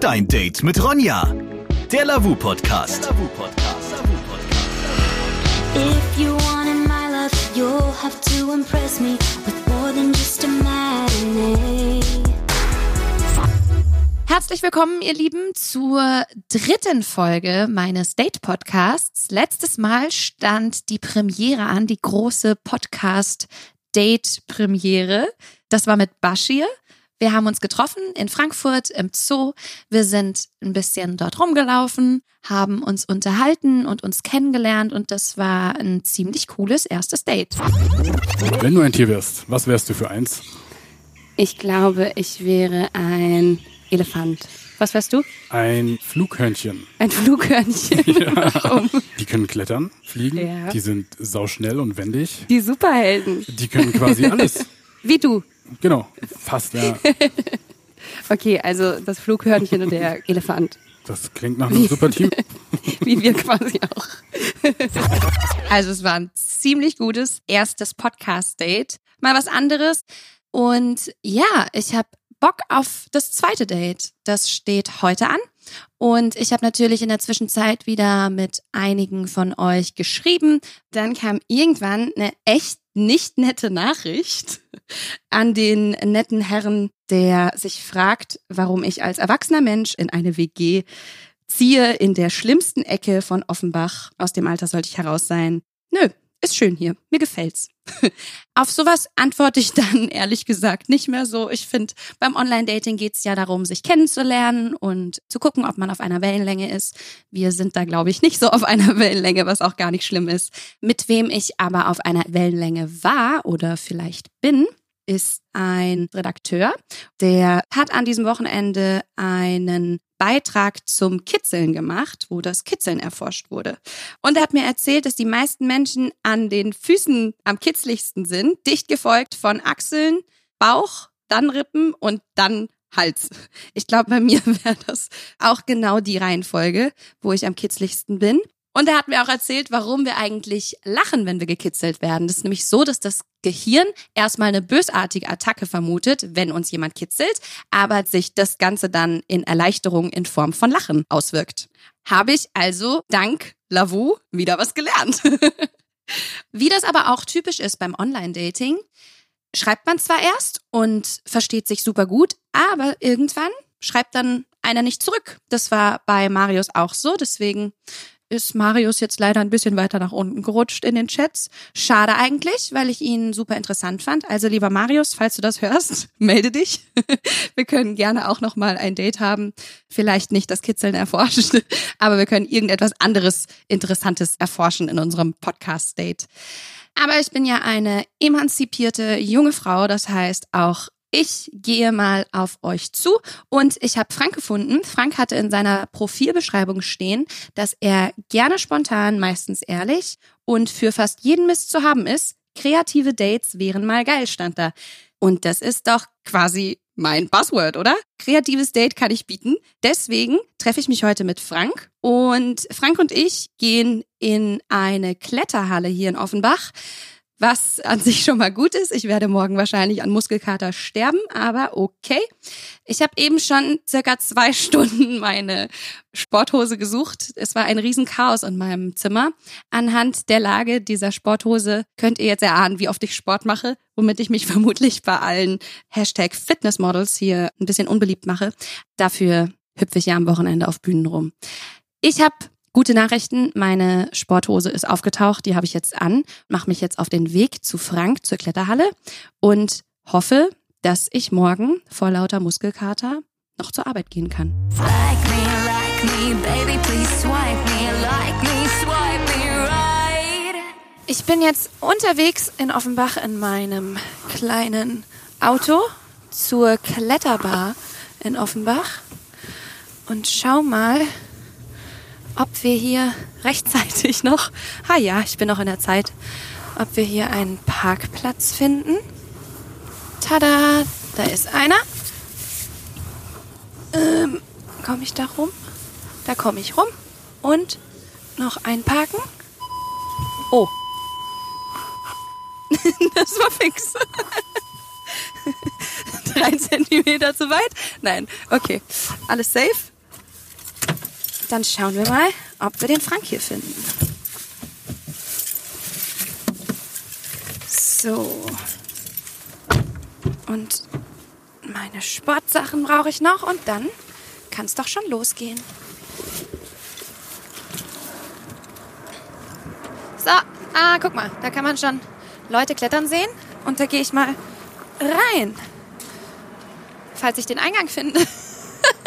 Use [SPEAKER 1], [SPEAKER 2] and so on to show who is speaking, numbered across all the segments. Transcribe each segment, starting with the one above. [SPEAKER 1] Dein Date mit Ronja. Der Lavu Podcast.
[SPEAKER 2] If you wanted my love, you'll have to impress me with more than just a matinee.
[SPEAKER 3] Herzlich willkommen, ihr Lieben, zur dritten Folge meines Date-Podcasts. Letztes Mal stand die Premiere an, die große Podcast-Date-Premiere. Das war mit Bashir. Wir haben uns getroffen in Frankfurt im Zoo. Wir sind ein bisschen dort rumgelaufen, haben uns unterhalten und uns kennengelernt und das war ein ziemlich cooles erstes Date.
[SPEAKER 4] Wenn du ein Tier wärst, was wärst du für eins?
[SPEAKER 5] Ich glaube, ich wäre ein Elefant. Was wärst du?
[SPEAKER 4] Ein Flughörnchen.
[SPEAKER 5] Ein Flughörnchen.
[SPEAKER 4] Die können klettern, fliegen,
[SPEAKER 5] Ja.
[SPEAKER 4] die sind sauschnell und wendig.
[SPEAKER 5] Die Superhelden.
[SPEAKER 4] Die können quasi alles.
[SPEAKER 5] Wie du.
[SPEAKER 4] Genau, fast, ja.
[SPEAKER 5] Okay, also das Flughörnchen und der Elefant.
[SPEAKER 4] Das klingt nach einem super Team.
[SPEAKER 5] Wie wir quasi auch.
[SPEAKER 3] Also es war ein ziemlich gutes erstes Podcast-Date. Mal was anderes. Und ja, ich habe Bock auf das zweite Date. Das steht heute an. Und ich habe natürlich in der Zwischenzeit wieder mit einigen von euch geschrieben. Dann kam irgendwann eine echt nicht nette Nachricht an den netten Herrn, der sich fragt, warum ich als erwachsener Mensch in eine WG ziehe in der schlimmsten Ecke von Offenbach. Aus dem Alter sollte ich heraus sein. Nö, ist schön hier. Mir gefällt's. Auf sowas antworte ich dann ehrlich gesagt nicht mehr so. Ich finde, beim Online-Dating geht's ja darum, sich kennenzulernen und zu gucken, ob man auf einer Wellenlänge ist. Wir sind da, glaube ich, nicht so auf einer Wellenlänge, was auch gar nicht schlimm ist. Mit wem ich aber auf einer Wellenlänge war oder vielleicht bin, ist ein Redakteur, der hat an diesem Wochenende einen Beitrag zum Kitzeln gemacht, wo das Kitzeln erforscht wurde. Und er hat mir erzählt, dass die meisten Menschen an den Füßen am kitzligsten sind, dicht gefolgt von Achseln, Bauch, dann Rippen und dann Hals. Ich glaube, bei mir wäre das auch genau die Reihenfolge, wo ich am kitzligsten bin. Und er hat mir auch erzählt, warum wir eigentlich lachen, wenn wir gekitzelt werden. Das ist nämlich so, dass das Gehirn erstmal eine bösartige Attacke vermutet, wenn uns jemand kitzelt, aber sich das Ganze dann in Erleichterung in Form von Lachen auswirkt. Habe ich also dank Lavu wieder was gelernt. Wie das aber auch typisch ist beim Online-Dating, schreibt man zwar erst und versteht sich super gut, aber irgendwann schreibt dann einer nicht zurück. Das war bei Marius auch so, deswegen ist Marius jetzt leider ein bisschen weiter nach unten gerutscht in den Chats. Schade eigentlich, weil ich ihn super interessant fand. Also lieber Marius, falls du das hörst, melde dich. Wir können gerne auch noch mal ein Date haben. Vielleicht nicht das Kitzeln erforschen, aber wir können irgendetwas anderes interessantes erforschen in unserem Podcast Date. Aber ich bin ja eine emanzipierte junge Frau, das heißt auch ich gehe mal auf euch zu und ich habe Frank gefunden. Frank hatte in seiner Profilbeschreibung stehen, dass er gerne spontan, meistens ehrlich und für fast jeden Mist zu haben ist. Kreative Dates wären mal geil, stand da. Und das ist doch quasi mein Buzzword, oder? Kreatives Date kann ich bieten. Deswegen treffe ich mich heute mit Frank. Und Frank und ich gehen in eine Kletterhalle hier in Offenbach, was an sich schon mal gut ist. Ich werde morgen wahrscheinlich an Muskelkater sterben, aber okay. Ich habe eben schon circa zwei Stunden meine Sporthose gesucht. Es war ein Riesenchaos in meinem Zimmer. Anhand der Lage dieser Sporthose könnt ihr jetzt erahnen, wie oft ich Sport mache, womit ich mich vermutlich bei allen Hashtag Fitnessmodels hier ein bisschen unbeliebt mache. Dafür hüpfe ich ja am Wochenende auf Bühnen rum. Ich habe gute Nachrichten. Meine Sporthose ist aufgetaucht. Die habe ich jetzt an. Mache mich jetzt auf den Weg zu Frank zur Kletterhalle und hoffe, dass ich morgen vor lauter Muskelkater noch zur Arbeit gehen kann.
[SPEAKER 2] Like me, like me, baby, please swipe me, like me, swipe me right.
[SPEAKER 3] Ich bin jetzt unterwegs in Offenbach in meinem kleinen Auto zur Kletterbar in Offenbach und schau mal, ob wir hier rechtzeitig noch, ah ja, ich bin noch in der Zeit, ob wir hier einen Parkplatz finden. Tada, da ist einer. Ähm, komme ich da rum? Da komme ich rum. Und noch ein Parken. Oh, das war fix. ein Zentimeter zu weit. Nein, okay. Alles safe. Dann schauen wir mal, ob wir den Frank hier finden. So. Und meine Sportsachen brauche ich noch und dann kann es doch schon losgehen. So, ah, guck mal, da kann man schon Leute klettern sehen und da gehe ich mal rein. Falls ich den Eingang finde.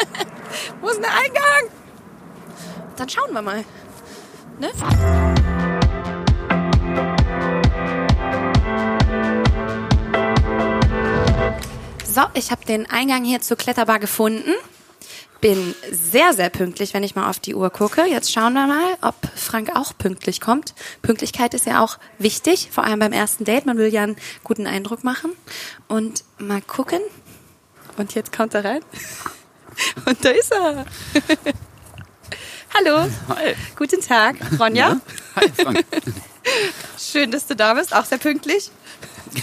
[SPEAKER 3] Wo ist denn der Eingang? Dann schauen wir mal. Ne? So, ich habe den Eingang hier zur Kletterbar gefunden. Bin sehr, sehr pünktlich, wenn ich mal auf die Uhr gucke. Jetzt schauen wir mal, ob Frank auch pünktlich kommt. Pünktlichkeit ist ja auch wichtig, vor allem beim ersten Date. Man will ja einen guten Eindruck machen. Und mal gucken. Und jetzt kommt er rein. Und da ist er. Hallo.
[SPEAKER 6] Hi.
[SPEAKER 3] Guten Tag, Ronja.
[SPEAKER 6] Hi, Frank.
[SPEAKER 3] Schön, dass du da bist. Auch sehr pünktlich.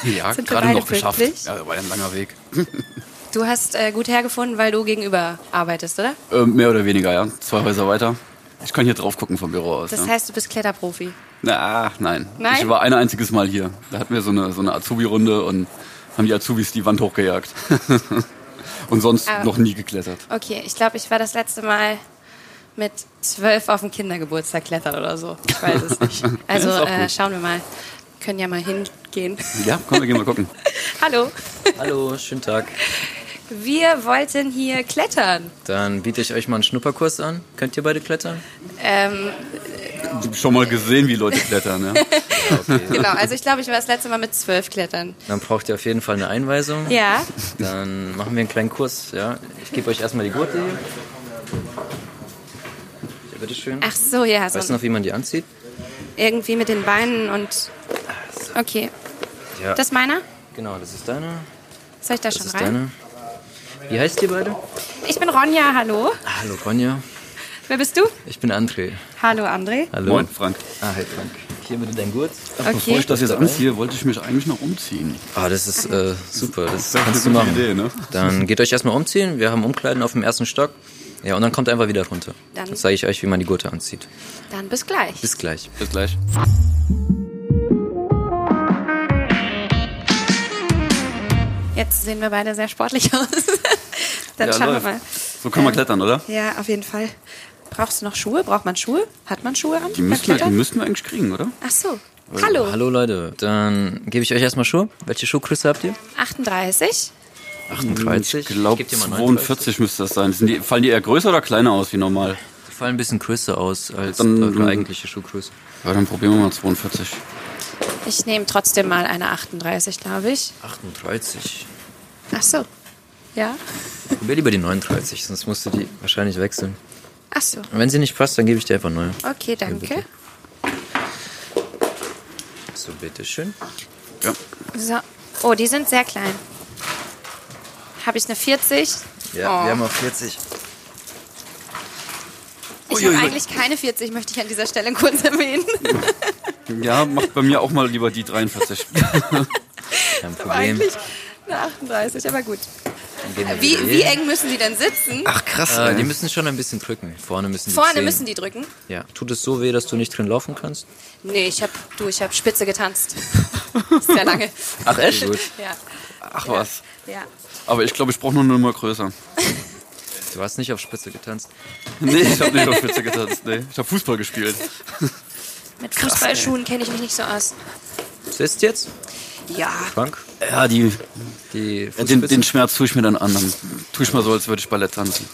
[SPEAKER 6] Ja,
[SPEAKER 3] Sind wir
[SPEAKER 6] gerade
[SPEAKER 3] beide
[SPEAKER 6] noch geschafft.
[SPEAKER 3] pünktlich?
[SPEAKER 6] Ja, war ja ein langer Weg.
[SPEAKER 3] Du hast äh, gut hergefunden, weil du gegenüber arbeitest, oder?
[SPEAKER 6] Ähm, mehr oder weniger, ja. Zwei Häuser weiter. Ich kann hier drauf gucken vom Büro aus.
[SPEAKER 3] Das
[SPEAKER 6] ja.
[SPEAKER 3] heißt, du bist Kletterprofi.
[SPEAKER 6] Na, ah, nein.
[SPEAKER 3] Nein?
[SPEAKER 6] Ich war ein einziges Mal hier. Da hatten wir so eine, so eine Azubi-Runde und haben die Azubis die Wand hochgejagt. und sonst
[SPEAKER 3] Aber-
[SPEAKER 6] noch nie geklettert.
[SPEAKER 3] Okay, ich glaube, ich war das letzte Mal mit zwölf auf dem Kindergeburtstag klettern oder so. Ich weiß es nicht. Also
[SPEAKER 6] Ist auch
[SPEAKER 3] äh,
[SPEAKER 6] gut.
[SPEAKER 3] schauen wir mal. Können ja mal hingehen.
[SPEAKER 6] Ja, komm, wir gehen mal gucken.
[SPEAKER 3] Hallo.
[SPEAKER 7] Hallo, schönen Tag.
[SPEAKER 3] Wir wollten hier klettern.
[SPEAKER 7] Dann biete ich euch mal einen Schnupperkurs an. Könnt ihr beide klettern?
[SPEAKER 3] Ähm,
[SPEAKER 6] Schon mal gesehen, wie Leute klettern, ja.
[SPEAKER 3] genau, also ich glaube, ich war das letzte Mal mit zwölf klettern.
[SPEAKER 7] Dann braucht ihr auf jeden Fall eine Einweisung.
[SPEAKER 3] Ja.
[SPEAKER 7] Dann machen wir einen kleinen Kurs. Ja, ich gebe euch erstmal die Gurte hier. Ja, bitteschön.
[SPEAKER 3] Ach so, ja.
[SPEAKER 7] Weißt
[SPEAKER 3] So
[SPEAKER 7] du noch, wie man die anzieht?
[SPEAKER 3] irgendwie mit den Beinen und. Okay.
[SPEAKER 7] Ja.
[SPEAKER 3] Das ist meiner?
[SPEAKER 7] Genau, das ist deine.
[SPEAKER 3] Soll ich da
[SPEAKER 7] Das
[SPEAKER 3] schon
[SPEAKER 7] ist
[SPEAKER 3] rein?
[SPEAKER 7] deine. Wie heißt ihr beide? Ah,
[SPEAKER 3] Ich bin Ronja, hallo.
[SPEAKER 7] Hallo, Ronja.
[SPEAKER 3] Wer bist du?
[SPEAKER 7] Ich bin André.
[SPEAKER 3] Hallo, André.
[SPEAKER 7] Hallo.
[SPEAKER 6] Moin, Ah. Frank.
[SPEAKER 7] Ah, hi, Frank. Hier bitte dein Gurt.
[SPEAKER 6] Bevor
[SPEAKER 3] Okay.
[SPEAKER 6] ich das jetzt anziehe, wollte ich mich eigentlich noch umziehen.
[SPEAKER 7] Ah, das ist äh, super. Das,
[SPEAKER 6] Das
[SPEAKER 7] kannst
[SPEAKER 6] ist
[SPEAKER 7] du
[SPEAKER 6] eine gute
[SPEAKER 7] machen.
[SPEAKER 6] Idee, ne?
[SPEAKER 7] Dann geht euch erstmal umziehen. Wir haben Umkleiden auf dem ersten Stock. Ja, und dann kommt einfach wieder runter.
[SPEAKER 3] Dann-
[SPEAKER 7] Dann zeige ich euch, wie man die Gurte anzieht.
[SPEAKER 3] Dann bis gleich.
[SPEAKER 7] Bis gleich.
[SPEAKER 6] Bis gleich.
[SPEAKER 3] Jetzt sehen wir beide sehr sportlich aus. Dann
[SPEAKER 6] Ja,
[SPEAKER 3] schauen
[SPEAKER 6] läuft.
[SPEAKER 3] wir mal.
[SPEAKER 6] So kann man klettern, oder?
[SPEAKER 3] Ja, auf jeden Fall. Brauchst du noch Schuhe? Braucht man Schuhe? Hat man Schuhe an?
[SPEAKER 6] Die
[SPEAKER 3] beim
[SPEAKER 6] müssten, wir, die
[SPEAKER 3] Klettern?
[SPEAKER 6] müssten wir eigentlich kriegen, oder?
[SPEAKER 3] Ach so. Hallo.
[SPEAKER 7] Hallo Leute. Dann gebe ich euch erstmal Schuhe. Welche Schuhgröße habt ihr?
[SPEAKER 3] 38.
[SPEAKER 7] 38.
[SPEAKER 6] Hm, Ich glaube,
[SPEAKER 7] geb dir mal 39.
[SPEAKER 6] 42 müsste das sein. Sind die, fallen die eher größer oder kleiner aus wie normal?
[SPEAKER 7] Die fallen ein bisschen größer aus als
[SPEAKER 6] Dann- hm.
[SPEAKER 7] eure
[SPEAKER 6] dann-
[SPEAKER 7] eigentliche Schuhgröße.
[SPEAKER 6] Ja, dann probieren wir mal 42.
[SPEAKER 3] Ich nehme trotzdem mal eine 38, glaube ich.
[SPEAKER 7] 38.
[SPEAKER 3] Ach so. Ja.
[SPEAKER 7] Probier lieber die 39, sonst musst du die wahrscheinlich wechseln.
[SPEAKER 3] Ach so.
[SPEAKER 7] Und wenn sie nicht passt, dann gebe ich dir einfach neue.
[SPEAKER 3] Okay, danke.
[SPEAKER 7] So, bitteschön.
[SPEAKER 6] Ja.
[SPEAKER 3] So. Oh, die sind sehr klein. Habe ich eine 40?
[SPEAKER 7] Ja,
[SPEAKER 3] oh.
[SPEAKER 7] wir haben auf 40.
[SPEAKER 3] ich habe eigentlich keine 40, möchte ich an dieser Stelle kurz erwähnen.
[SPEAKER 6] ja, macht bei mir auch mal lieber die 43.
[SPEAKER 7] Kein
[SPEAKER 3] Aber
[SPEAKER 7] Problem.
[SPEAKER 3] eigentlich eine 38, aber gut.
[SPEAKER 7] Dann gehen wir
[SPEAKER 3] Wie,
[SPEAKER 7] wieder
[SPEAKER 3] wie
[SPEAKER 7] hin.
[SPEAKER 3] eng müssen die denn sitzen?
[SPEAKER 6] Ach krass.
[SPEAKER 7] Äh, die müssen schon ein bisschen drücken. Vorne müssen die
[SPEAKER 3] Vorne
[SPEAKER 7] Zehen.
[SPEAKER 3] müssen die drücken.
[SPEAKER 7] Ja. Tut es so weh, dass du nicht drin laufen kannst?
[SPEAKER 3] Nee, ich hab, du, ich hab Spitze getanzt. Sehr lange.
[SPEAKER 6] Ach echt?
[SPEAKER 7] Gut.
[SPEAKER 3] Ja,
[SPEAKER 6] Ach was.
[SPEAKER 3] ja.
[SPEAKER 6] Aber ich glaube, ich brauche nur eine Nummer größer.
[SPEAKER 7] Du hast nicht auf Spitze getanzt.
[SPEAKER 6] Nee, ich habe nicht auf Spitze getanzt. Nee, ich habe Fußball gespielt.
[SPEAKER 3] Mit Fußballschuhen kenne ich mich nicht so aus.
[SPEAKER 7] Sitzt jetzt?
[SPEAKER 3] Ja.
[SPEAKER 7] Frank?
[SPEAKER 6] Ja, die,
[SPEAKER 7] Die
[SPEAKER 6] ja, den,
[SPEAKER 7] Fußspitze?
[SPEAKER 6] den Schmerz tue ich mir dann an. Dann tue ich mal so, als würde ich Ballett tanzen.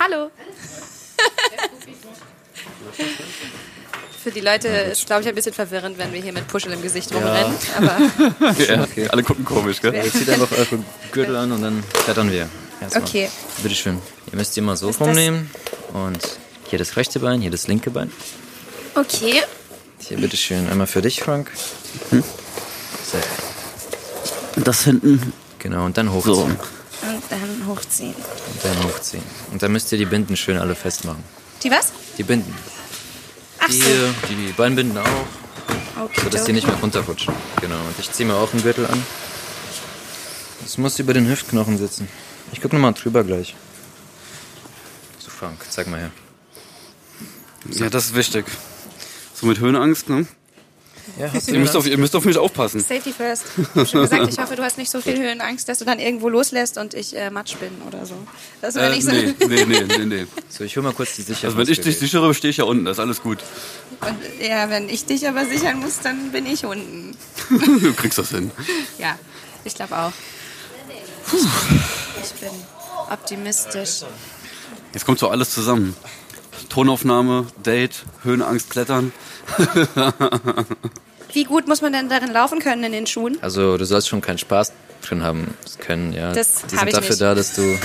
[SPEAKER 3] Hallo. Für die Leute ist, glaube ich, ein bisschen verwirrend, wenn wir hier mit Puschel im Gesicht rumrennen. Aber
[SPEAKER 6] Ja, Alle gucken komisch, gell?
[SPEAKER 7] Ihr zieht einfach eure Gürtel an und dann klettern wir. Erstmal.
[SPEAKER 3] Okay.
[SPEAKER 7] Bitte schön. Ihr müsst die mal so
[SPEAKER 3] das-
[SPEAKER 7] rumnehmen. Und hier das rechte Bein, hier das linke Bein.
[SPEAKER 3] okay.
[SPEAKER 7] Hier, bitte schön. Einmal für dich, Frank. Hm? So.
[SPEAKER 6] Das hinten.
[SPEAKER 7] Genau, und dann hochziehen.
[SPEAKER 3] Und dann hochziehen.
[SPEAKER 7] Und dann hochziehen. Und dann müsst ihr die Binden schön alle festmachen.
[SPEAKER 3] Die was?
[SPEAKER 7] Die Binden.
[SPEAKER 3] Ach so.
[SPEAKER 7] Die, die Beinbinden auch. sodass die nicht mehr runterrutschen. Genau, und ich ziehe mir auch einen Gürtel an. Das muss über den Hüftknochen sitzen. Ich guck nochmal drüber gleich. So, Frank, zeig mal her.
[SPEAKER 6] Ja, das ist wichtig. So mit Höhenangst, ne?
[SPEAKER 7] Ja, hast
[SPEAKER 6] Ihr müsst auf, ihr müsst auf mich aufpassen.
[SPEAKER 3] Safety first. Ich hab schon gesagt, ich hoffe, du hast nicht so viel Höhenangst, dass du dann irgendwo loslässt und ich äh, matsch bin oder so. Das wäre
[SPEAKER 6] Äh,
[SPEAKER 3] nicht so.
[SPEAKER 6] nee, nee, nee, nee, nee.
[SPEAKER 7] So, ich hol mal kurz die Sicherheit.
[SPEAKER 6] Also wenn ich dich sichere, stehe ich ja unten, das ist alles gut.
[SPEAKER 3] Und, ja, wenn ich dich aber sichern muss, dann bin ich unten.
[SPEAKER 6] du kriegst das hin.
[SPEAKER 3] Ja, ich glaube auch. Ich bin optimistisch.
[SPEAKER 6] Jetzt kommt so alles zusammen. Tonaufnahme, Date, Höhenangst, Klettern.
[SPEAKER 3] Wie gut muss man denn darin laufen können in den Schuhen?
[SPEAKER 7] Also, du sollst schon keinen Spaß drin haben können, ja.
[SPEAKER 3] Das
[SPEAKER 7] die
[SPEAKER 3] hab
[SPEAKER 7] sind
[SPEAKER 3] ich
[SPEAKER 7] dafür
[SPEAKER 3] nicht.
[SPEAKER 7] da, dass du,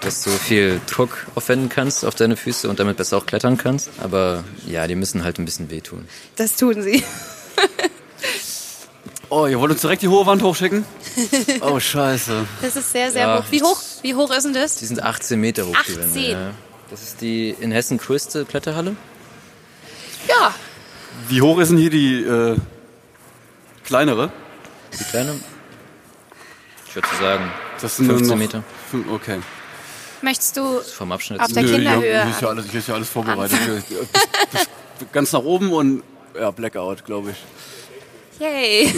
[SPEAKER 7] dass du viel Druck aufwenden kannst auf deine Füße und damit besser auch klettern kannst. Aber ja, die müssen halt ein bisschen wehtun.
[SPEAKER 3] Das tun sie.
[SPEAKER 6] Oh, ihr wollt uns direkt die hohe Wand hochschicken? Oh, scheiße.
[SPEAKER 3] Das ist sehr, sehr
[SPEAKER 7] Ja.
[SPEAKER 3] hoch. Wie hoch? Wie hoch ist denn das?
[SPEAKER 7] Die sind 18 Meter hoch, die
[SPEAKER 3] 18.
[SPEAKER 7] Wände. Ja. Das ist die in Hessen größte Kletterhalle.
[SPEAKER 3] Ja,
[SPEAKER 6] Wie hoch ist denn hier die äh, kleinere?
[SPEAKER 7] Die kleine. Ich würde sagen,
[SPEAKER 6] Das sind
[SPEAKER 7] 15
[SPEAKER 6] noch-
[SPEAKER 7] Meter
[SPEAKER 6] fün- Okay.
[SPEAKER 3] möchtest du
[SPEAKER 7] vom Abschnitt.
[SPEAKER 3] Auf der-
[SPEAKER 6] ich
[SPEAKER 3] Kinderhöhe
[SPEAKER 6] hab-
[SPEAKER 3] an-
[SPEAKER 6] ich hab ja alles, ich hab ja alles vorbereitet. Bis, bis ganz nach oben und ja, Blackout, glaube ich.
[SPEAKER 3] Yay.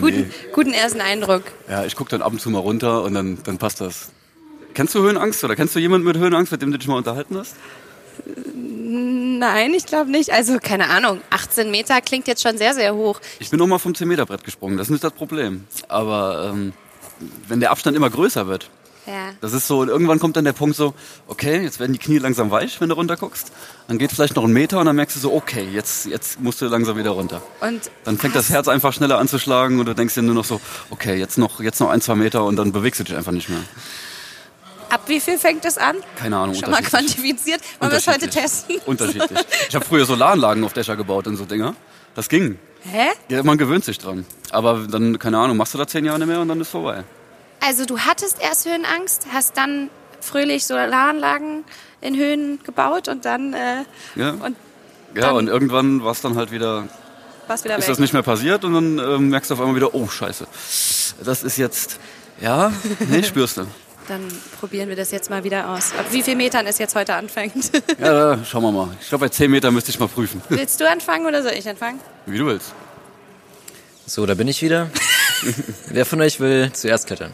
[SPEAKER 3] guten, guten ersten Eindruck.
[SPEAKER 6] Ja, ich gucke dann ab und zu mal runter und dann, dann passt das. Kennst du Höhenangst oder kennst du jemanden mit Höhenangst, mit dem du dich mal unterhalten hast?
[SPEAKER 3] Nein, ich glaube nicht. Also, keine Ahnung. 18 Meter klingt jetzt schon sehr, sehr hoch.
[SPEAKER 6] Ich bin noch mal vom 10-Meter-Brett gesprungen, das ist nicht das Problem. Aber ähm, wenn der Abstand immer größer wird,
[SPEAKER 3] Ja.
[SPEAKER 6] das ist so, und irgendwann kommt dann der Punkt so, okay, jetzt werden die Knie langsam weich, wenn du runter guckst. Dann geht vielleicht noch ein Meter und dann merkst du so, okay, jetzt, jetzt musst du langsam wieder runter.
[SPEAKER 3] Und
[SPEAKER 6] Dann fängt das Herz einfach schneller an zu schlagen und du denkst dir nur noch so, okay, jetzt noch, jetzt noch ein, zwei Meter und dann bewegst du dich einfach nicht mehr.
[SPEAKER 3] ab wie viel fängt das an?
[SPEAKER 6] Keine Ahnung,
[SPEAKER 3] Schon mal
[SPEAKER 6] unterschiedlich.
[SPEAKER 3] quantifiziert. Wollen wir es heute testen?
[SPEAKER 6] Unterschiedlich. Ich habe früher Solaranlagen auf Dächer gebaut und so Dinger. Das ging.
[SPEAKER 3] Hä?
[SPEAKER 6] Ja, man gewöhnt sich dran. Aber dann, keine Ahnung, machst du da zehn Jahre nicht mehr und dann ist vorbei.
[SPEAKER 3] Also, du hattest erst Höhenangst, hast dann fröhlich Solaranlagen in Höhen gebaut und dann äh,
[SPEAKER 6] Ja,
[SPEAKER 3] und
[SPEAKER 6] ja
[SPEAKER 3] dann-
[SPEAKER 6] und irgendwann war es dann halt wieder,
[SPEAKER 3] war's wieder
[SPEAKER 6] ist
[SPEAKER 3] weg.
[SPEAKER 6] das nicht mehr passiert und dann ähm, merkst du auf einmal wieder, oh scheiße, das ist jetzt, ja, nee, spürst du.
[SPEAKER 3] Dann probieren wir das jetzt mal wieder aus. Ab wie viel Metern es jetzt heute anfängt?
[SPEAKER 6] Ja, da, schauen wir mal. Ich glaube, bei zehn Metern müsste ich mal prüfen.
[SPEAKER 3] Willst du anfangen oder soll ich anfangen?
[SPEAKER 6] Wie du willst.
[SPEAKER 7] So, da bin ich wieder. Wer von euch will zuerst klettern?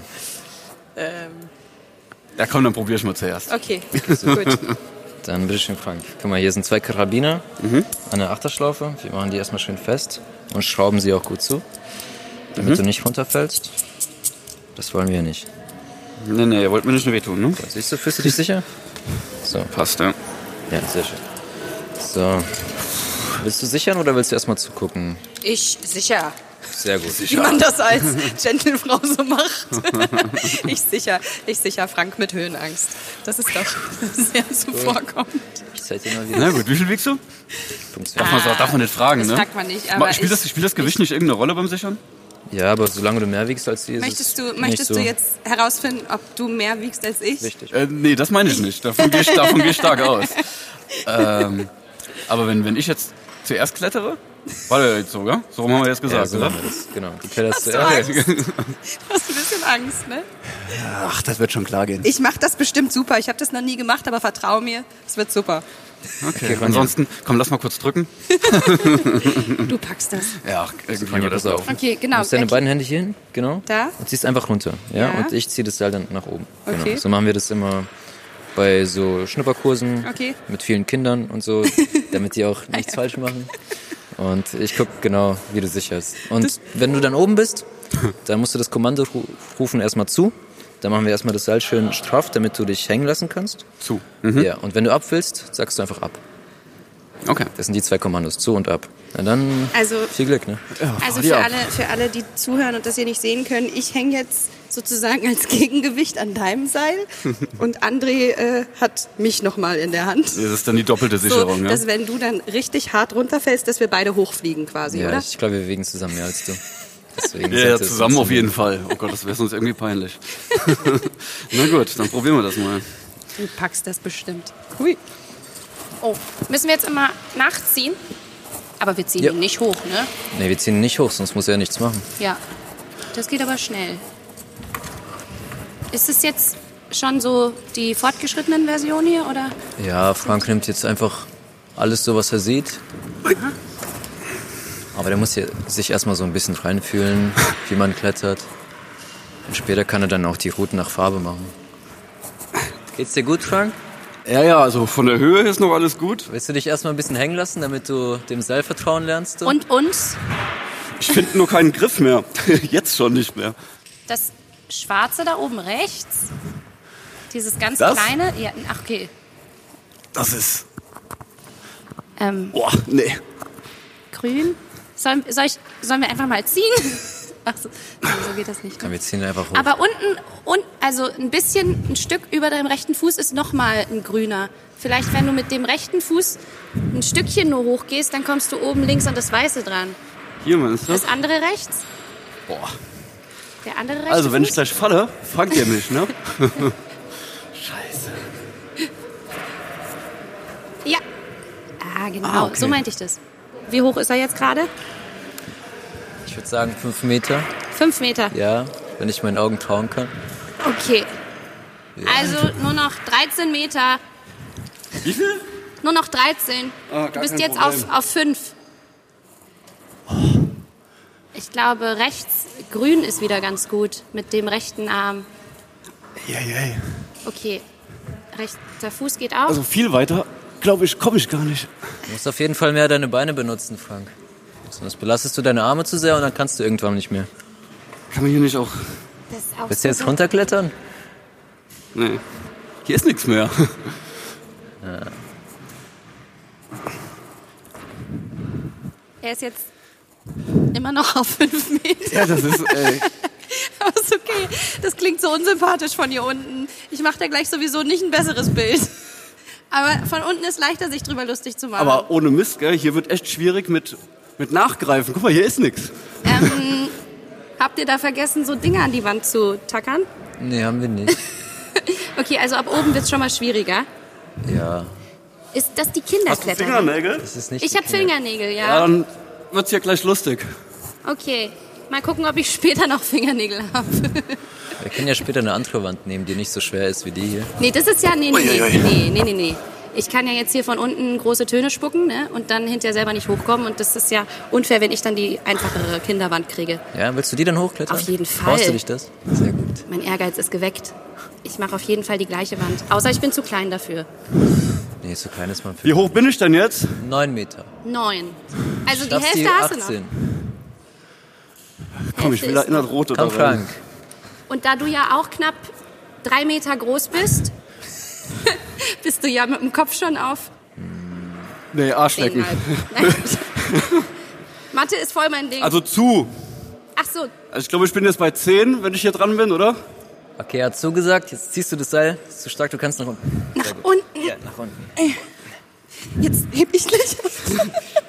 [SPEAKER 6] Ja komm, dann probier ich mal zuerst.
[SPEAKER 3] Okay, gut.
[SPEAKER 7] Dann bitteschön, Frank. Guck mal, hier sind zwei Karabiner
[SPEAKER 6] Mhm.
[SPEAKER 7] an der Achterschlaufe. Wir machen die erstmal schön fest und schrauben sie auch gut zu,
[SPEAKER 6] Mhm.
[SPEAKER 7] damit du nicht runterfällst. Das wollen wir ja nicht.
[SPEAKER 6] Nee, nee, ihr wollt mir nicht nur wehtun, ne?
[SPEAKER 7] Siehst du, fühlst du dich sicher? So,
[SPEAKER 6] Passt, ja.
[SPEAKER 7] ja, sehr schön. So. Willst du sichern oder willst du erstmal zugucken?
[SPEAKER 3] Ich sicher.
[SPEAKER 7] Sehr gut.
[SPEAKER 3] wie man das als Gentleman-Frau so macht. ich sicher, ich sicher Frank mit Höhenangst. Das ist doch sehr zuvorkommend.
[SPEAKER 7] Ich zeig dir mal, wie
[SPEAKER 6] Na
[SPEAKER 7] das
[SPEAKER 6] gut, wie viel wiegst du? Darf
[SPEAKER 7] funktioniert.
[SPEAKER 6] man, so- darf man nicht fragen,
[SPEAKER 3] Ah. Das
[SPEAKER 6] ne?
[SPEAKER 3] sagt man nicht, aber
[SPEAKER 6] Spielt das,
[SPEAKER 3] ich-
[SPEAKER 6] spielt das Gewicht nicht irgendeine Rolle beim Sichern?
[SPEAKER 7] Ja, aber solange du mehr wiegst als sie, ist es
[SPEAKER 3] Möchtest du,
[SPEAKER 7] nicht
[SPEAKER 3] möchtest
[SPEAKER 7] so
[SPEAKER 3] du jetzt herausfinden, ob du mehr wiegst als ich?
[SPEAKER 7] Wichtig.
[SPEAKER 6] Äh, nee, das meine ich nicht. Davon gehe ich, davon gehe ich stark aus. Ähm, aber wenn, wenn ich jetzt zuerst klettere, war der jetzt so, gell? So rum haben wir jetzt
[SPEAKER 7] Ja,
[SPEAKER 6] gesagt,
[SPEAKER 7] so
[SPEAKER 6] oder?
[SPEAKER 7] machen wir das. Genau. Du kletterst
[SPEAKER 3] Du
[SPEAKER 7] zuerst.
[SPEAKER 3] Angst. Du hast ein bisschen Angst, ne?
[SPEAKER 6] Ach, das wird schon klar gehen.
[SPEAKER 3] Ich mache das bestimmt super. Ich habe das noch nie gemacht, aber vertrau mir, es wird super.
[SPEAKER 6] Okay, ansonsten, komm, lass mal kurz drücken.
[SPEAKER 3] Du packst das.
[SPEAKER 6] Ja, irgendwann
[SPEAKER 7] Ja,
[SPEAKER 6] wird das
[SPEAKER 7] pass
[SPEAKER 6] auf.
[SPEAKER 7] auf.
[SPEAKER 3] Okay, genau.
[SPEAKER 7] Du hast deine beiden Hände hier hin, genau.
[SPEAKER 3] Da?
[SPEAKER 7] Und ziehst einfach runter. Ja?
[SPEAKER 3] Ja.
[SPEAKER 7] Und ich ziehe das Seil dann nach oben.
[SPEAKER 3] Okay.
[SPEAKER 7] Genau. So machen wir das immer bei so Schnupperkursen
[SPEAKER 3] Okay. Ah,
[SPEAKER 7] mit vielen Kindern und so, damit die auch nichts falsch machen. Und ich guck genau, wie du sicherst. Und wenn du dann oben bist, dann musst du das Kommando ru- rufen erstmal zu. Dann machen wir erstmal das Seil schön straff, damit du dich hängen lassen kannst.
[SPEAKER 6] Zu.
[SPEAKER 7] Ja, und wenn du ab willst, sagst du einfach ab.
[SPEAKER 6] Okay.
[SPEAKER 7] Das sind die zwei Kommandos, zu und ab. Na dann
[SPEAKER 3] Also-
[SPEAKER 7] viel Glück, ne?
[SPEAKER 3] Also
[SPEAKER 6] Ja.
[SPEAKER 3] für alle, für alle, die zuhören und das ihr nicht sehen können, ich hänge jetzt sozusagen als Gegengewicht an deinem Seil und André äh, hat mich nochmal in der Hand.
[SPEAKER 6] Das ist dann die doppelte
[SPEAKER 3] So,
[SPEAKER 6] Sicherung, ja?
[SPEAKER 3] dass wenn du dann richtig hart runterfällst, dass wir beide hochfliegen quasi,
[SPEAKER 7] Ja,
[SPEAKER 3] oder?
[SPEAKER 7] ich glaube, wir wiegen zusammen mehr als du.
[SPEAKER 6] Ja,
[SPEAKER 7] Deswegen sollte
[SPEAKER 6] ja,
[SPEAKER 7] es
[SPEAKER 6] zusammen auf
[SPEAKER 7] funktionieren.
[SPEAKER 6] jeden Fall. Oh Gott, das wäre sonst irgendwie peinlich. Na gut, dann probieren wir das mal.
[SPEAKER 3] Du packst das bestimmt. Hui. Oh, müssen wir jetzt immer nachziehen? Aber wir ziehen
[SPEAKER 7] Ja.
[SPEAKER 3] ihn nicht hoch, ne?
[SPEAKER 7] Ne, wir ziehen ihn nicht hoch, sonst muss er ja nichts machen.
[SPEAKER 3] Ja. Das geht aber schnell. Ist es jetzt schon so die fortgeschrittenen Version hier, oder?
[SPEAKER 7] Ja, Frank nimmt jetzt einfach alles so, was er sieht. Aber der muss hier sich erstmal so ein bisschen reinfühlen, wie man klettert. Und später kann er dann auch die Routen nach Farbe machen. Geht's dir gut, Frank?
[SPEAKER 6] Ja, ja, also von der Höhe ist noch alles gut.
[SPEAKER 7] Willst du dich erstmal ein bisschen hängen lassen, damit du dem Seil vertrauen lernst?
[SPEAKER 3] Und uns,
[SPEAKER 6] Ich finde nur keinen Griff mehr. Jetzt schon nicht mehr.
[SPEAKER 3] das Schwarze da oben rechts, dieses ganz
[SPEAKER 6] Das?
[SPEAKER 3] kleine. Ja, ach, okay.
[SPEAKER 6] Das ist.
[SPEAKER 3] Ähm,
[SPEAKER 6] Boah, nee.
[SPEAKER 3] grün. Sollen, soll ich, sollen wir einfach mal ziehen? Ach so, nee, so geht das nicht. Ne?
[SPEAKER 7] Komm, wir ziehen einfach hoch.
[SPEAKER 3] Aber unten, un, also ein bisschen, ein Stück über deinem rechten Fuß ist nochmal ein grüner. Vielleicht, wenn du mit dem rechten Fuß ein Stückchen nur hochgehst, dann kommst du oben links an das Weiße dran.
[SPEAKER 6] Hier, meinst du?
[SPEAKER 3] Das andere rechts?
[SPEAKER 6] Boah.
[SPEAKER 3] Der andere rechts?
[SPEAKER 6] Also, wenn ich
[SPEAKER 3] Fuß?
[SPEAKER 6] gleich falle, fangt ihr mich, ne? Scheiße.
[SPEAKER 3] Ja. Ah, genau.
[SPEAKER 6] Ah, okay.
[SPEAKER 3] So meinte ich das. Wie hoch ist er jetzt gerade?
[SPEAKER 7] ich würde sagen fünf Meter.
[SPEAKER 3] Fünf Meter.
[SPEAKER 7] Ja, wenn ich meinen Augen trauen kann.
[SPEAKER 3] Okay. Also nur noch 13 Meter.
[SPEAKER 6] Wie viel?
[SPEAKER 3] Nur noch 13.
[SPEAKER 6] Ah, gar
[SPEAKER 3] du bist
[SPEAKER 6] kein
[SPEAKER 3] jetzt auf,
[SPEAKER 6] Problem.
[SPEAKER 3] auf 5. Ich glaube, rechts grün ist wieder ganz gut mit dem rechten Arm.
[SPEAKER 6] Yeah, yeah.
[SPEAKER 3] Okay. Rechter Fuß geht auf.
[SPEAKER 6] Also, viel weiter, glaube ich, komme ich gar nicht.
[SPEAKER 7] Du musst auf jeden Fall mehr deine Beine benutzen, Frank. Sonst belastest du deine Arme zu sehr und dann kannst du irgendwann nicht mehr.
[SPEAKER 6] Kann man hier nicht auch.
[SPEAKER 3] das ist auch
[SPEAKER 7] Willst
[SPEAKER 3] so
[SPEAKER 7] du jetzt
[SPEAKER 3] gut.
[SPEAKER 7] runterklettern?
[SPEAKER 6] Nee. Hier ist nichts mehr.
[SPEAKER 3] Er ist jetzt immer noch auf 5 Meter.
[SPEAKER 6] Ja, das ist. äh, Ey.
[SPEAKER 3] Aber ist okay. Das klingt so unsympathisch von hier unten. Ich mache da gleich sowieso nicht ein besseres Bild. Aber von unten ist leichter, sich drüber lustig zu machen.
[SPEAKER 6] Aber ohne Mist, gell? Hier wird echt schwierig mit, mit Nachgreifen. Guck mal, hier ist nichts.
[SPEAKER 3] Ähm, habt ihr da vergessen, so Dinge an die Wand zu tackern?
[SPEAKER 7] Nee, haben wir nicht.
[SPEAKER 3] Okay, also ab oben wird's schon mal schwieriger.
[SPEAKER 7] Ja,
[SPEAKER 3] Ist das die Kinderkletter?
[SPEAKER 6] Fingernägel?
[SPEAKER 7] das ist nicht.
[SPEAKER 3] Ich habe Fingernägel,
[SPEAKER 6] Ja,
[SPEAKER 3] ja.
[SPEAKER 6] dann wird's hier gleich lustig.
[SPEAKER 3] Okay. Mal gucken, ob ich später noch Fingernägel habe.
[SPEAKER 7] Wir können ja später eine andere Wand nehmen, die nicht so schwer ist wie die hier.
[SPEAKER 3] Nee, das ist ja. Nee, nee, nee.
[SPEAKER 6] Uiuiui.
[SPEAKER 3] Nee, nee, nee, nee. Ich kann ja jetzt hier von unten große Töne spucken ne? und dann hinterher selber nicht hochkommen. Und das ist ja unfair, wenn ich dann die einfachere Kinderwand kriege.
[SPEAKER 7] Ja, willst du die dann hochklettern?
[SPEAKER 3] Auf jeden Fall.
[SPEAKER 7] Brauchst du dich das? Sehr gut.
[SPEAKER 3] Mein Ehrgeiz ist geweckt. Ich mache auf jeden Fall die gleiche Wand. Außer ich bin zu klein dafür.
[SPEAKER 7] Nee, so klein ist man für
[SPEAKER 6] Wie hoch bin ich denn jetzt?
[SPEAKER 7] neun Meter.
[SPEAKER 3] Neun. Also die
[SPEAKER 7] Schaffst
[SPEAKER 3] Hälfte hast du noch.
[SPEAKER 7] 18.
[SPEAKER 6] Komm, ich will da in das Rote
[SPEAKER 7] Komm,
[SPEAKER 6] da rein.
[SPEAKER 7] Frank.
[SPEAKER 3] Und da du ja auch knapp drei Meter groß bist, bist du ja mit dem Kopf schon auf
[SPEAKER 6] Nee, Arschlecken.
[SPEAKER 3] zehnhalb. Nein. Mathe ist voll mein Ding.
[SPEAKER 6] Also zu.
[SPEAKER 3] Ach so,
[SPEAKER 6] Also ich glaube, ich bin jetzt bei 10, wenn ich hier dran bin, oder?
[SPEAKER 7] Okay, er hat zugesagt. Jetzt ziehst du das Seil. Ist zu stark, du kannst nach unten.
[SPEAKER 3] nach unten.
[SPEAKER 7] Ja, nach unten.
[SPEAKER 3] Jetzt heb ich gleich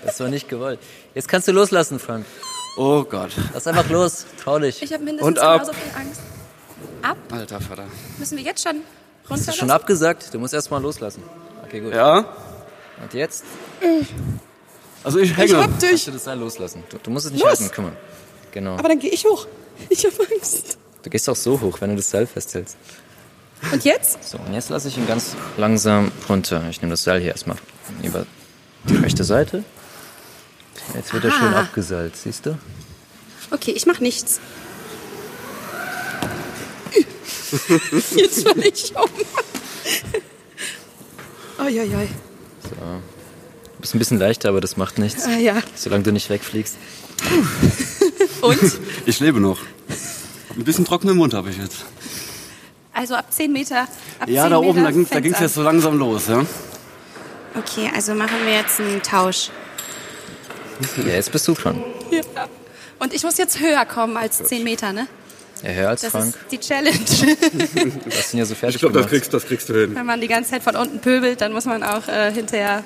[SPEAKER 7] Das war nicht gewollt. Jetzt kannst du loslassen, Frank.
[SPEAKER 6] Oh Gott.
[SPEAKER 7] Lass einfach los. Trau dich.
[SPEAKER 3] Ich habe
[SPEAKER 6] Und
[SPEAKER 3] mindestens
[SPEAKER 6] ab.
[SPEAKER 3] genauso viel Angst.
[SPEAKER 6] Alter Vater.
[SPEAKER 3] Müssen wir jetzt schon
[SPEAKER 7] Hast
[SPEAKER 3] runter?
[SPEAKER 7] du schon abgesagt? Du musst erst mal loslassen. Okay, gut.
[SPEAKER 6] Ja?
[SPEAKER 7] Und jetzt
[SPEAKER 6] Also ich hänge.
[SPEAKER 7] kannst du das Seil loslassen. Du, du musst es nicht halten, kümmern. Genau.
[SPEAKER 8] Aber dann gehe ich hoch. Ich habe Angst.
[SPEAKER 7] Du gehst auch so hoch, wenn du das Seil festhältst.
[SPEAKER 8] Und jetzt?
[SPEAKER 7] So, und jetzt lasse ich ihn ganz langsam runter. Ich nehme das Seil hier erstmal über die rechte Seite. Jetzt wird er
[SPEAKER 3] Ah.
[SPEAKER 7] schön abgeseilt, siehst du?
[SPEAKER 3] Okay, ich mach nichts.
[SPEAKER 8] Jetzt falle ich um. Uiuiui.
[SPEAKER 7] Ist ein bisschen leichter, aber das macht nichts.
[SPEAKER 8] Ah ja.
[SPEAKER 7] Solange du nicht wegfliegst.
[SPEAKER 8] Und?
[SPEAKER 6] Ich lebe noch. Ein bisschen trockenen Mund habe ich jetzt.
[SPEAKER 3] Also ab 10 Meter. Ab
[SPEAKER 6] Ja,
[SPEAKER 3] 10
[SPEAKER 6] da oben,
[SPEAKER 3] Meter
[SPEAKER 6] da ging da
[SPEAKER 3] fängt's
[SPEAKER 6] ging's
[SPEAKER 3] an.
[SPEAKER 6] jetzt so langsam los, ja?
[SPEAKER 3] Okay, also machen wir jetzt einen Tausch.
[SPEAKER 7] Ja, jetzt bist du dran.
[SPEAKER 3] Und ich muss jetzt höher kommen als 10 Meter, ne?
[SPEAKER 7] Ja, höher als
[SPEAKER 3] Das
[SPEAKER 7] Frank.
[SPEAKER 3] ist die Challenge.
[SPEAKER 7] Du hast ihn ja so fertig
[SPEAKER 6] Ich glaube, das
[SPEAKER 7] gemacht.
[SPEAKER 6] kriegst, das kriegst du hin.
[SPEAKER 3] Wenn man die ganze Zeit von unten pöbelt, dann muss man auch äh, hinterher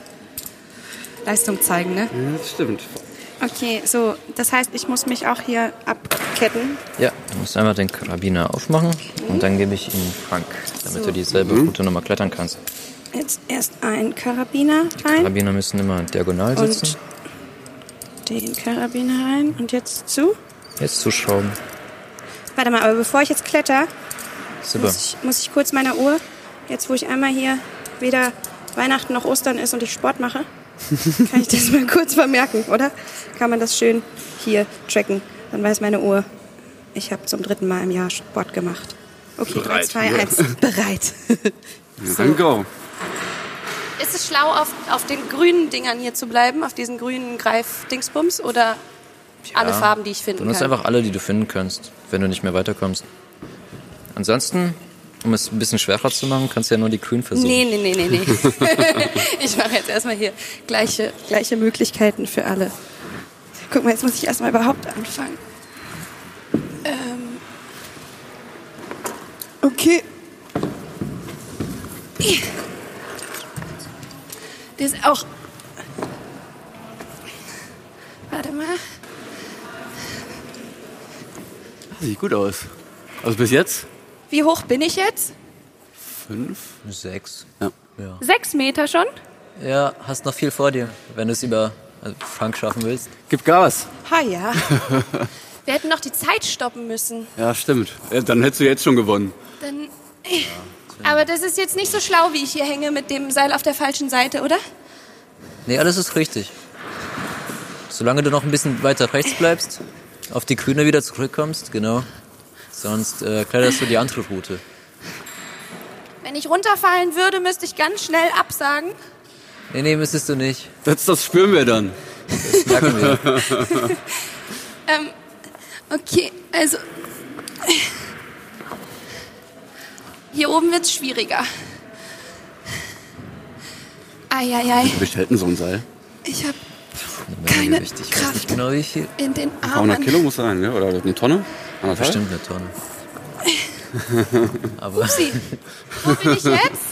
[SPEAKER 3] Leistung zeigen, ne?
[SPEAKER 6] Ja, das stimmt.
[SPEAKER 8] Okay, so, das heißt, ich muss mich auch hier abketten.
[SPEAKER 7] Ja, du musst einfach den Karabiner aufmachen und dann gebe ich ihn Frank, damit du dieselbe Route nochmal klettern kannst.
[SPEAKER 8] Jetzt erst ein Karabiner rein.
[SPEAKER 7] Karabiner müssen immer diagonal sitzen.
[SPEAKER 8] den Karabiner rein und jetzt zu.
[SPEAKER 7] Jetzt zuschrauben.
[SPEAKER 8] Warte mal, aber bevor ich jetzt kletter,
[SPEAKER 7] Super.
[SPEAKER 8] muss ich, muss ich kurz meiner Uhr, jetzt wo ich einmal hier weder Weihnachten noch Ostern ist und ich Sport mache, kann ich das mal kurz vermerken, oder? Kann man das schön hier tracken. Dann weiß meine Uhr, ich habe zum dritten Mal im Jahr Sport gemacht. Okay, drei,
[SPEAKER 6] Bereit.
[SPEAKER 8] zwei, eins. Bereit.
[SPEAKER 6] Dann go.
[SPEAKER 3] Ist es schlau, auf, auf den grünen Dingern hier zu bleiben, auf diesen grünen Greif-Dingsbums oder alle Farben, die ich finden
[SPEAKER 7] Benutzt
[SPEAKER 3] kann?
[SPEAKER 7] einfach alle, die du finden kannst, wenn du nicht mehr weiterkommst. Ansonsten, um es ein bisschen schwerer zu machen, kannst du ja nur die Grün versuchen.
[SPEAKER 3] Nee, nee, nee, nee, nee. ich mache jetzt erstmal hier gleiche.
[SPEAKER 8] Gleiche Möglichkeiten für alle. Guck mal, jetzt muss ich erstmal überhaupt anfangen. Ähm. Okay.
[SPEAKER 3] Die ist auch. Warte mal.
[SPEAKER 6] Sieht gut aus. Also bis jetzt?
[SPEAKER 3] Wie hoch bin ich jetzt?
[SPEAKER 6] Fünf.
[SPEAKER 7] Sechs.
[SPEAKER 3] Sechs Meter schon?
[SPEAKER 7] Ja, hast noch viel vor dir, wenn du es über also Frank schaffen willst.
[SPEAKER 6] Gib Gas.
[SPEAKER 8] Ha ja.
[SPEAKER 3] Wir hätten noch die Zeit stoppen müssen.
[SPEAKER 6] Ja, stimmt. Ja, dann hättest du jetzt schon gewonnen.
[SPEAKER 3] Dann. Aber das ist jetzt nicht so schlau, wie ich hier hänge mit dem Seil auf der falschen Seite, oder?
[SPEAKER 7] Nee, alles ist richtig. Solange du noch ein bisschen weiter rechts bleibst, auf die Grüne wieder zurückkommst, genau. Sonst äh, kletterst du die andere Route.
[SPEAKER 3] Wenn ich runterfallen würde, müsste ich ganz schnell absagen.
[SPEAKER 7] Nee, nee, müsstest du nicht.
[SPEAKER 6] Das, das spüren wir dann.
[SPEAKER 7] Das merken wir.
[SPEAKER 3] Okay, also. Hier oben wird's schwieriger. Eieiei,
[SPEAKER 6] Wir bestellten so ein Seil.
[SPEAKER 3] ich hab
[SPEAKER 7] Keine
[SPEAKER 3] keine
[SPEAKER 7] ich weiß nicht
[SPEAKER 3] Kraft
[SPEAKER 7] genau wie viel.
[SPEAKER 3] in den
[SPEAKER 6] Ein paar hundert
[SPEAKER 3] Armen.
[SPEAKER 6] Kilo muss sein, ne? oder eine Tonne? Anderthalb?
[SPEAKER 7] Bestimmt eine Tonne. Aber
[SPEAKER 3] Upsi. Wo bin ich jetzt?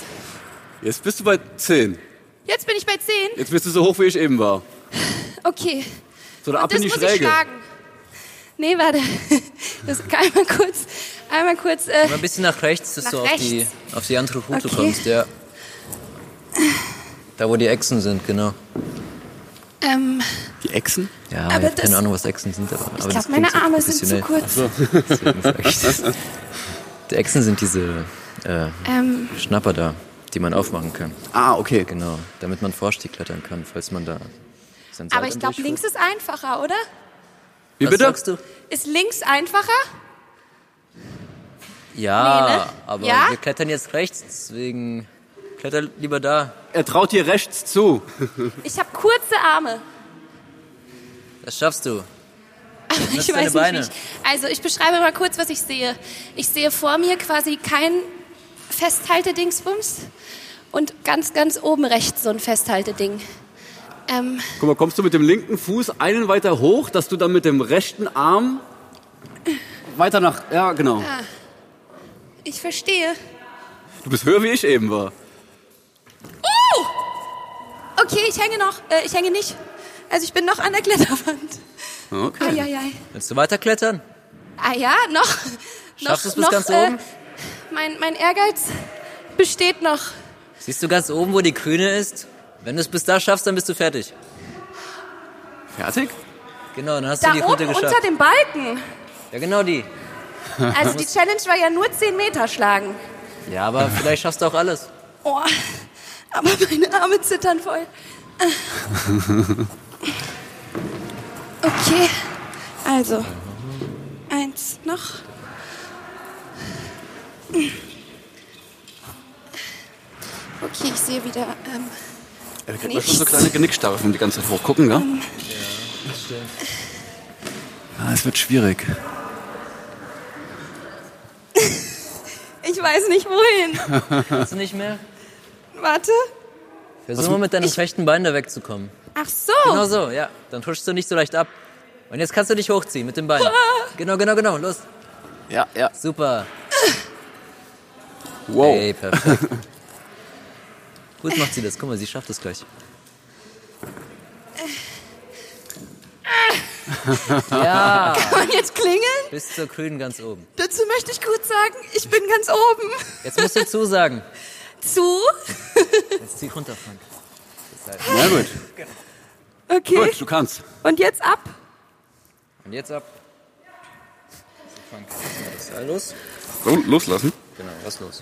[SPEAKER 6] Jetzt bist du bei zehn.
[SPEAKER 3] Jetzt bin ich bei 10.
[SPEAKER 6] Jetzt bist du so hoch, wie ich eben war.
[SPEAKER 3] Okay,
[SPEAKER 6] So, da ab
[SPEAKER 3] das
[SPEAKER 6] in die
[SPEAKER 3] muss ich
[SPEAKER 6] Schräge.
[SPEAKER 3] schlagen. Nee, warte. Das kann einmal kurz, einmal kurz. Äh,
[SPEAKER 7] Mal ein bisschen nach rechts, dass
[SPEAKER 3] Nach
[SPEAKER 7] du auf die,
[SPEAKER 3] rechts.
[SPEAKER 7] auf die andere Route
[SPEAKER 3] Okay.
[SPEAKER 7] kommst, ja. Da, wo die Echsen sind, genau.
[SPEAKER 3] ähm,
[SPEAKER 6] Die Echsen?
[SPEAKER 7] Ja,
[SPEAKER 3] Aber
[SPEAKER 7] ich hab
[SPEAKER 3] das-
[SPEAKER 7] keine Ahnung, was Echsen sind. Aber,
[SPEAKER 3] ich
[SPEAKER 7] aber das
[SPEAKER 3] glaube, meine
[SPEAKER 7] klingt so
[SPEAKER 3] Arme sind zu
[SPEAKER 7] professionell.
[SPEAKER 3] kurz.
[SPEAKER 7] Deswegen vielleicht. die Echsen sind diese äh,
[SPEAKER 3] Ähm,
[SPEAKER 7] Schnapper da, die man aufmachen kann.
[SPEAKER 6] Ah, okay.
[SPEAKER 7] Genau, damit man Vorstieg klettern kann, falls man da sein Seil
[SPEAKER 3] aber ich
[SPEAKER 7] dann
[SPEAKER 3] glaube,
[SPEAKER 7] durchführt.
[SPEAKER 3] links ist einfacher, oder?
[SPEAKER 6] Wie
[SPEAKER 7] Was
[SPEAKER 6] bitte?
[SPEAKER 7] sagst du?
[SPEAKER 3] Ist links einfacher?
[SPEAKER 7] Ja,
[SPEAKER 3] Nee, ne?
[SPEAKER 7] aber
[SPEAKER 3] Ja?
[SPEAKER 7] wir klettern jetzt rechts, deswegen kletter lieber da.
[SPEAKER 6] Er traut dir rechts zu.
[SPEAKER 3] Ich habe kurze Arme.
[SPEAKER 7] Das schaffst du.
[SPEAKER 3] Ich
[SPEAKER 7] deine
[SPEAKER 3] weiß nicht, wie
[SPEAKER 7] Beine.
[SPEAKER 3] ich, also ich beschreibe mal kurz, was ich sehe. Ich sehe vor mir quasi kein Festhaltedingsbums und ganz, ganz oben rechts so ein Festhalteding. Ähm,
[SPEAKER 6] Guck mal, kommst du mit dem linken Fuß einen weiter hoch, dass du dann mit dem rechten Arm weiter nach. Ja, genau.
[SPEAKER 3] Ah. ich verstehe.
[SPEAKER 6] Du bist höher, wie ich eben war.
[SPEAKER 3] Okay, ich hänge noch. Äh, ich hänge nicht. Also ich bin noch an der Kletterwand. Ah,
[SPEAKER 6] Okay.
[SPEAKER 3] Eieiei.
[SPEAKER 7] Willst du weiter klettern?
[SPEAKER 3] Ah ja, noch.
[SPEAKER 7] Schaffst
[SPEAKER 3] noch, äh,
[SPEAKER 7] du es bis ganz oben?
[SPEAKER 3] Mein, mein Ehrgeiz besteht noch.
[SPEAKER 7] Siehst du ganz oben, wo die Grüne ist? Wenn du es bis da schaffst, dann bist du fertig.
[SPEAKER 6] Fertig?
[SPEAKER 7] Genau, dann hast
[SPEAKER 3] Da
[SPEAKER 7] du die Route
[SPEAKER 3] oben
[SPEAKER 7] geschafft.
[SPEAKER 3] unter dem Balken.
[SPEAKER 7] Ja, genau die.
[SPEAKER 3] Also die Challenge war ja nur 10 Meter schlagen.
[SPEAKER 7] Ja, aber vielleicht schaffst du auch alles.
[SPEAKER 3] Oh, aber meine Arme zittern voll.
[SPEAKER 8] Okay. Also. Eins noch.
[SPEAKER 3] Okay, ich sehe wieder. Ähm,
[SPEAKER 6] Ja, wir kriegen schon so kleine Genickstarre, wenn wir die ganze Zeit hochgucken, gell? Ja, Ah, es wird schwierig.
[SPEAKER 8] Ich weiß nicht wohin.
[SPEAKER 7] Kannst du nicht mehr?
[SPEAKER 8] Warte.
[SPEAKER 7] Versuch mal mit deinem rechten Bein da wegzukommen.
[SPEAKER 8] Ach so.
[SPEAKER 7] Genau so, ja. Dann tuschst du nicht so leicht ab. Und jetzt kannst du dich hochziehen mit dem Bein. Genau, genau, genau. Los.
[SPEAKER 6] Ja, ja.
[SPEAKER 7] Super.
[SPEAKER 6] Wow.
[SPEAKER 7] Ey, perfekt. Gut macht sie das. Guck mal, sie schafft es gleich. Ja,
[SPEAKER 3] kann man jetzt klingeln?
[SPEAKER 7] bis zur Grünen ganz oben.
[SPEAKER 3] Dazu möchte ich kurz sagen, ich bin ganz oben.
[SPEAKER 7] Jetzt musst du zusagen.
[SPEAKER 3] Zu?
[SPEAKER 7] Jetzt zieh runter, Frank.
[SPEAKER 6] Na gut.
[SPEAKER 3] Okay.
[SPEAKER 6] Gut, du kannst.
[SPEAKER 3] Und jetzt ab.
[SPEAKER 7] Und jetzt ab. Das Seil los.
[SPEAKER 6] So, loslassen.
[SPEAKER 7] Genau, was los?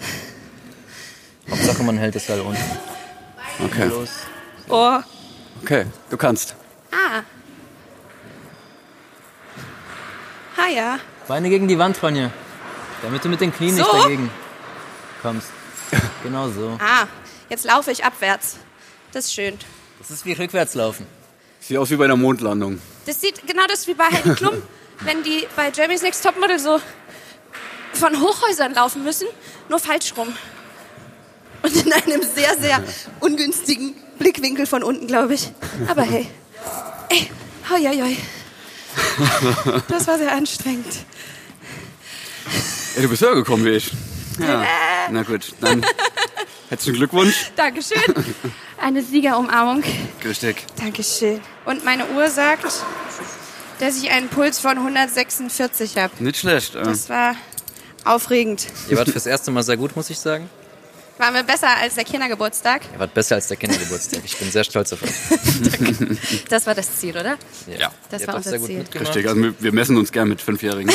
[SPEAKER 7] Hauptsache, man hält das Seil runter.
[SPEAKER 6] Okay.
[SPEAKER 7] Los.
[SPEAKER 3] Oh.
[SPEAKER 6] Okay, du kannst.
[SPEAKER 3] Ah. Ha ja.
[SPEAKER 7] Beine gegen die Wand, Ronja. Damit du mit den Knien nicht
[SPEAKER 3] So?
[SPEAKER 7] dagegen kommst. Genau so.
[SPEAKER 3] Ah. Jetzt laufe ich abwärts. Das ist schön.
[SPEAKER 7] Das ist wie rückwärtslaufen.
[SPEAKER 6] Sieht aus wie bei einer Mondlandung.
[SPEAKER 3] Das sieht genau das wie bei Heidi Klum, wenn die bei Jeremy's Next Topmodel so von Hochhäusern laufen müssen, nur falsch rum. Und in einem sehr, sehr ungünstigen Blickwinkel von unten, glaube ich. Aber hey. Ey, hoi, hoi, hoi. Das war sehr anstrengend.
[SPEAKER 6] Ey, du bist höher gekommen wie ich. Ja. Na gut, dann herzlichen Glückwunsch.
[SPEAKER 3] Dankeschön. Eine Siegerumarmung.
[SPEAKER 6] Richtig.
[SPEAKER 3] Dankeschön. Und meine Uhr sagt, dass ich einen Puls von 146 habe.
[SPEAKER 6] Nicht schlecht. äh.
[SPEAKER 3] Das war aufregend.
[SPEAKER 7] Ihr wart fürs erste Mal sehr gut, muss ich sagen.
[SPEAKER 3] Waren wir besser als der Kindergeburtstag?
[SPEAKER 7] Ihr wart besser als der Kindergeburtstag. Ich bin sehr stolz auf euch.
[SPEAKER 2] Das war das Ziel, oder?
[SPEAKER 6] Ja.
[SPEAKER 2] Das
[SPEAKER 7] Ihr
[SPEAKER 2] war
[SPEAKER 7] habt auch
[SPEAKER 2] unser
[SPEAKER 7] sehr gut
[SPEAKER 2] Ziel.
[SPEAKER 7] mitgemacht.
[SPEAKER 6] Richtig, also wir- wir messen uns gern mit Fünfjährigen.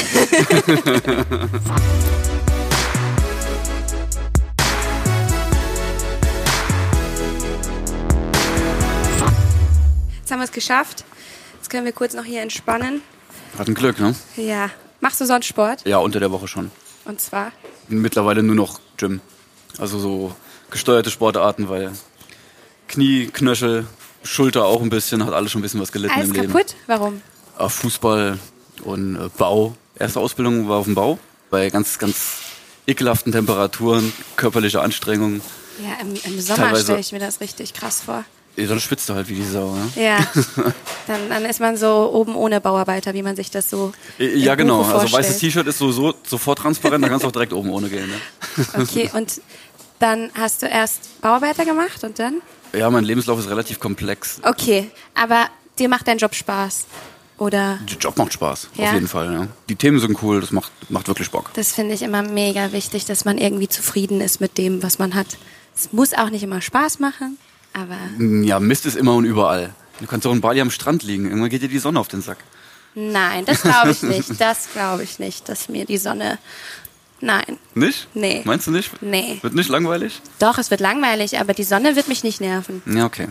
[SPEAKER 3] Jetzt haben wir es geschafft. Jetzt können wir kurz noch hier entspannen.
[SPEAKER 6] Hatten Glück, ne?
[SPEAKER 3] Ja. Machst du sonst Sport?
[SPEAKER 6] Ja, unter der Woche schon.
[SPEAKER 3] Und zwar?
[SPEAKER 6] Mittlerweile nur noch Gym. Also so gesteuerte Sportarten, weil Knie, Knöchel, Schulter auch ein bisschen, hat alles schon ein bisschen was gelitten
[SPEAKER 3] Alles
[SPEAKER 6] im Leben.
[SPEAKER 3] kaputt? Warum?
[SPEAKER 6] Äh, Fußball und äh, Bau. Erste Ausbildung war auf dem Bau, bei ganz, ganz ekelhaften Temperaturen, körperliche Anstrengung.
[SPEAKER 3] Ja, im, im Sommer
[SPEAKER 6] Teilweise-
[SPEAKER 3] stelle ich mir das richtig krass vor.
[SPEAKER 6] Ja, Dann schwitzt du halt wie die Sau, ne?
[SPEAKER 3] Ja. Dann, dann ist man so oben ohne Bauarbeiter, wie man sich das so.
[SPEAKER 6] Äh, Ja,
[SPEAKER 3] im
[SPEAKER 6] genau.
[SPEAKER 3] Buche
[SPEAKER 6] Also weißes
[SPEAKER 3] vorstellt.
[SPEAKER 6] T-Shirt ist sowieso sofort transparent, da kannst du auch direkt oben ohne gehen. Ne?
[SPEAKER 3] Okay, und dann hast du erst Bauarbeiter gemacht und dann?
[SPEAKER 6] Ja, mein Lebenslauf ist relativ komplex.
[SPEAKER 3] Okay, aber dir macht dein Job Spaß. Oder?
[SPEAKER 6] Der Job macht Spaß,
[SPEAKER 3] Ja.
[SPEAKER 6] auf jeden Fall. Ja. Die Themen sind cool, das macht, macht wirklich Bock.
[SPEAKER 3] Das finde ich immer mega wichtig, dass man irgendwie zufrieden ist mit dem, was man hat. Es muss auch nicht immer Spaß machen, aber
[SPEAKER 6] Ja, Mist ist immer und überall. Du kannst auch in Bali am Strand liegen, irgendwann geht dir die Sonne auf den Sack.
[SPEAKER 3] nein, das glaube ich nicht. Das glaube ich nicht, dass mir die Sonne. Nein.
[SPEAKER 6] Nicht?
[SPEAKER 3] Nee.
[SPEAKER 6] Meinst du nicht?
[SPEAKER 3] Nee.
[SPEAKER 6] Wird nicht langweilig?
[SPEAKER 3] Doch, es wird langweilig, aber die Sonne wird mich nicht nerven.
[SPEAKER 6] Ja, okay.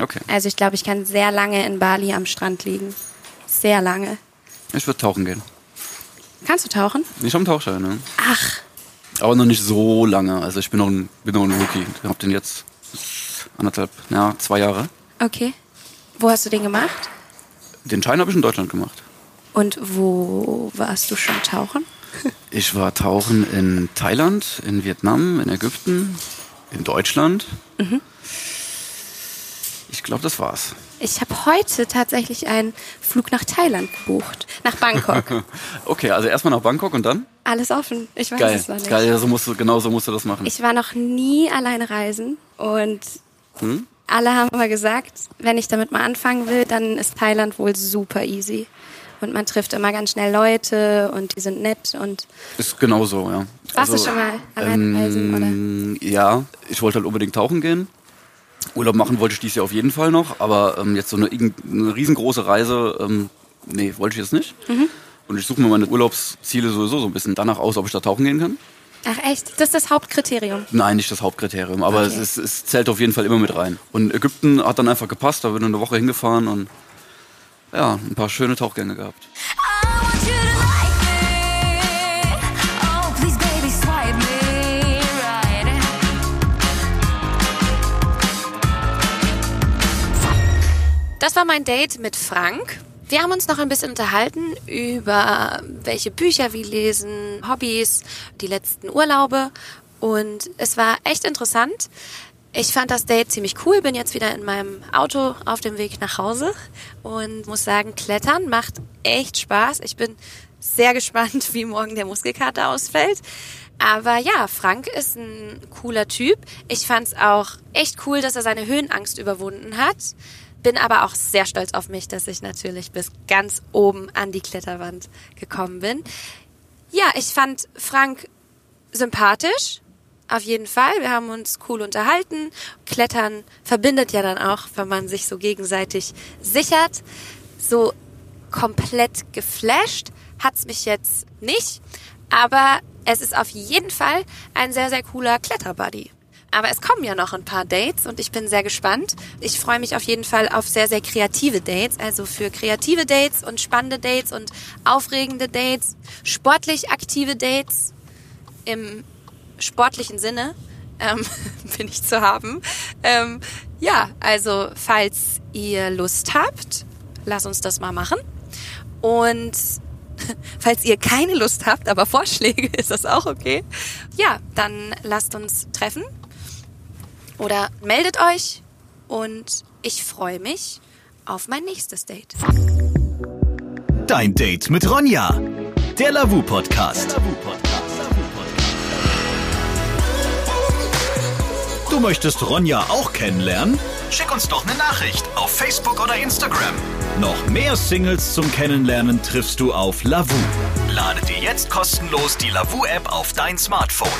[SPEAKER 6] Okay.
[SPEAKER 3] Also ich glaube, ich kann sehr lange in Bali am Strand liegen. Sehr lange.
[SPEAKER 6] Ich würde tauchen gehen.
[SPEAKER 3] Kannst du tauchen?
[SPEAKER 6] Ich habe einen Tauchschein, ne?
[SPEAKER 3] Ach,
[SPEAKER 6] Aber noch nicht so lange. Also ich bin noch ein, bin noch ein Rookie. Ich habe den jetzt anderthalb, ja, zwei Jahre.
[SPEAKER 3] okay. Wo hast du den gemacht?
[SPEAKER 6] Den Schein habe ich in Deutschland gemacht.
[SPEAKER 3] Und wo warst du schon tauchen?
[SPEAKER 6] Ich war tauchen in Thailand, in Vietnam, in Ägypten, in Deutschland.
[SPEAKER 3] Mhm.
[SPEAKER 6] Ich glaube, das war's.
[SPEAKER 3] Ich habe heute tatsächlich einen Flug nach Thailand gebucht. Nach Bangkok.
[SPEAKER 6] Okay, also erstmal nach Bangkok und dann?
[SPEAKER 3] Alles offen. Ich weiß
[SPEAKER 6] Geil,
[SPEAKER 3] es noch nicht.
[SPEAKER 6] geil, ja, so musst du, genau so musst du das machen.
[SPEAKER 3] Ich war noch nie alleine reisen und Hm? alle haben immer gesagt, wenn ich damit mal anfangen will, dann ist Thailand wohl super easy. Und man trifft immer ganz schnell Leute und die sind nett und
[SPEAKER 6] Ist genau so, ja.
[SPEAKER 3] Warst du schon mal alleine reisen,
[SPEAKER 6] oder? Ja, ich wollte halt unbedingt tauchen gehen. Urlaub machen wollte ich dies Jahr auf jeden Fall noch, aber ähm, jetzt so eine, irgend- eine riesengroße Reise, ähm, nee, wollte ich jetzt nicht.
[SPEAKER 3] Mhm.
[SPEAKER 6] Und ich suche mir meine Urlaubsziele sowieso so ein bisschen danach aus, ob ich da tauchen gehen kann.
[SPEAKER 3] ach echt, das ist das Hauptkriterium.
[SPEAKER 6] Nein, nicht das Hauptkriterium, aber
[SPEAKER 3] Okay.
[SPEAKER 6] es, ist, es zählt auf jeden Fall immer mit rein. Und Ägypten hat dann einfach gepasst, da bin ich eine Woche hingefahren und ja, ein paar schöne Tauchgänge gehabt.
[SPEAKER 2] Oh, Das war mein Date mit Frank. Wir haben uns noch ein bisschen unterhalten über welche Bücher wir lesen, Hobbys, die letzten Urlaube und es war echt interessant. Ich fand das Date ziemlich cool, bin jetzt wieder in meinem Auto auf dem Weg nach Hause und muss sagen, Klettern macht echt Spaß. Ich bin sehr gespannt, wie morgen der Muskelkater ausfällt. Aber ja, Frank ist ein cooler Typ. Ich fand's auch echt cool, dass er seine Höhenangst überwunden hat. Bin aber auch sehr stolz auf mich, dass ich natürlich bis ganz oben an die Kletterwand gekommen bin. Ja, ich fand Frank sympathisch,
[SPEAKER 3] auf jeden Fall. Wir haben uns cool unterhalten. Klettern verbindet ja dann auch, wenn man sich so gegenseitig sichert. So komplett geflasht hat's mich jetzt nicht, aber es ist auf jeden Fall ein sehr, sehr cooler Kletterbuddy. Aber es kommen ja noch ein paar Dates und ich bin sehr gespannt. Ich freue mich auf jeden Fall auf sehr, sehr kreative Dates. Also für kreative Dates und spannende Dates und aufregende Dates, sportlich aktive Dates im sportlichen Sinne ähm, bin ich zu haben. Ähm, ja, also falls ihr Lust habt, lasst uns das mal machen. Und falls ihr keine Lust habt, aber Vorschläge, ist das auch okay. Ja, dann lasst uns treffen oder meldet euch und ich freue mich auf mein nächstes Date.
[SPEAKER 1] Dein Date mit Ronja. Der Lavu Podcast. Du möchtest Ronja auch kennenlernen? Schick uns doch eine Nachricht auf Facebook oder Instagram. Noch mehr Singles zum Kennenlernen triffst du auf Lavu. Lade dir jetzt kostenlos die Lavu App auf dein Smartphone.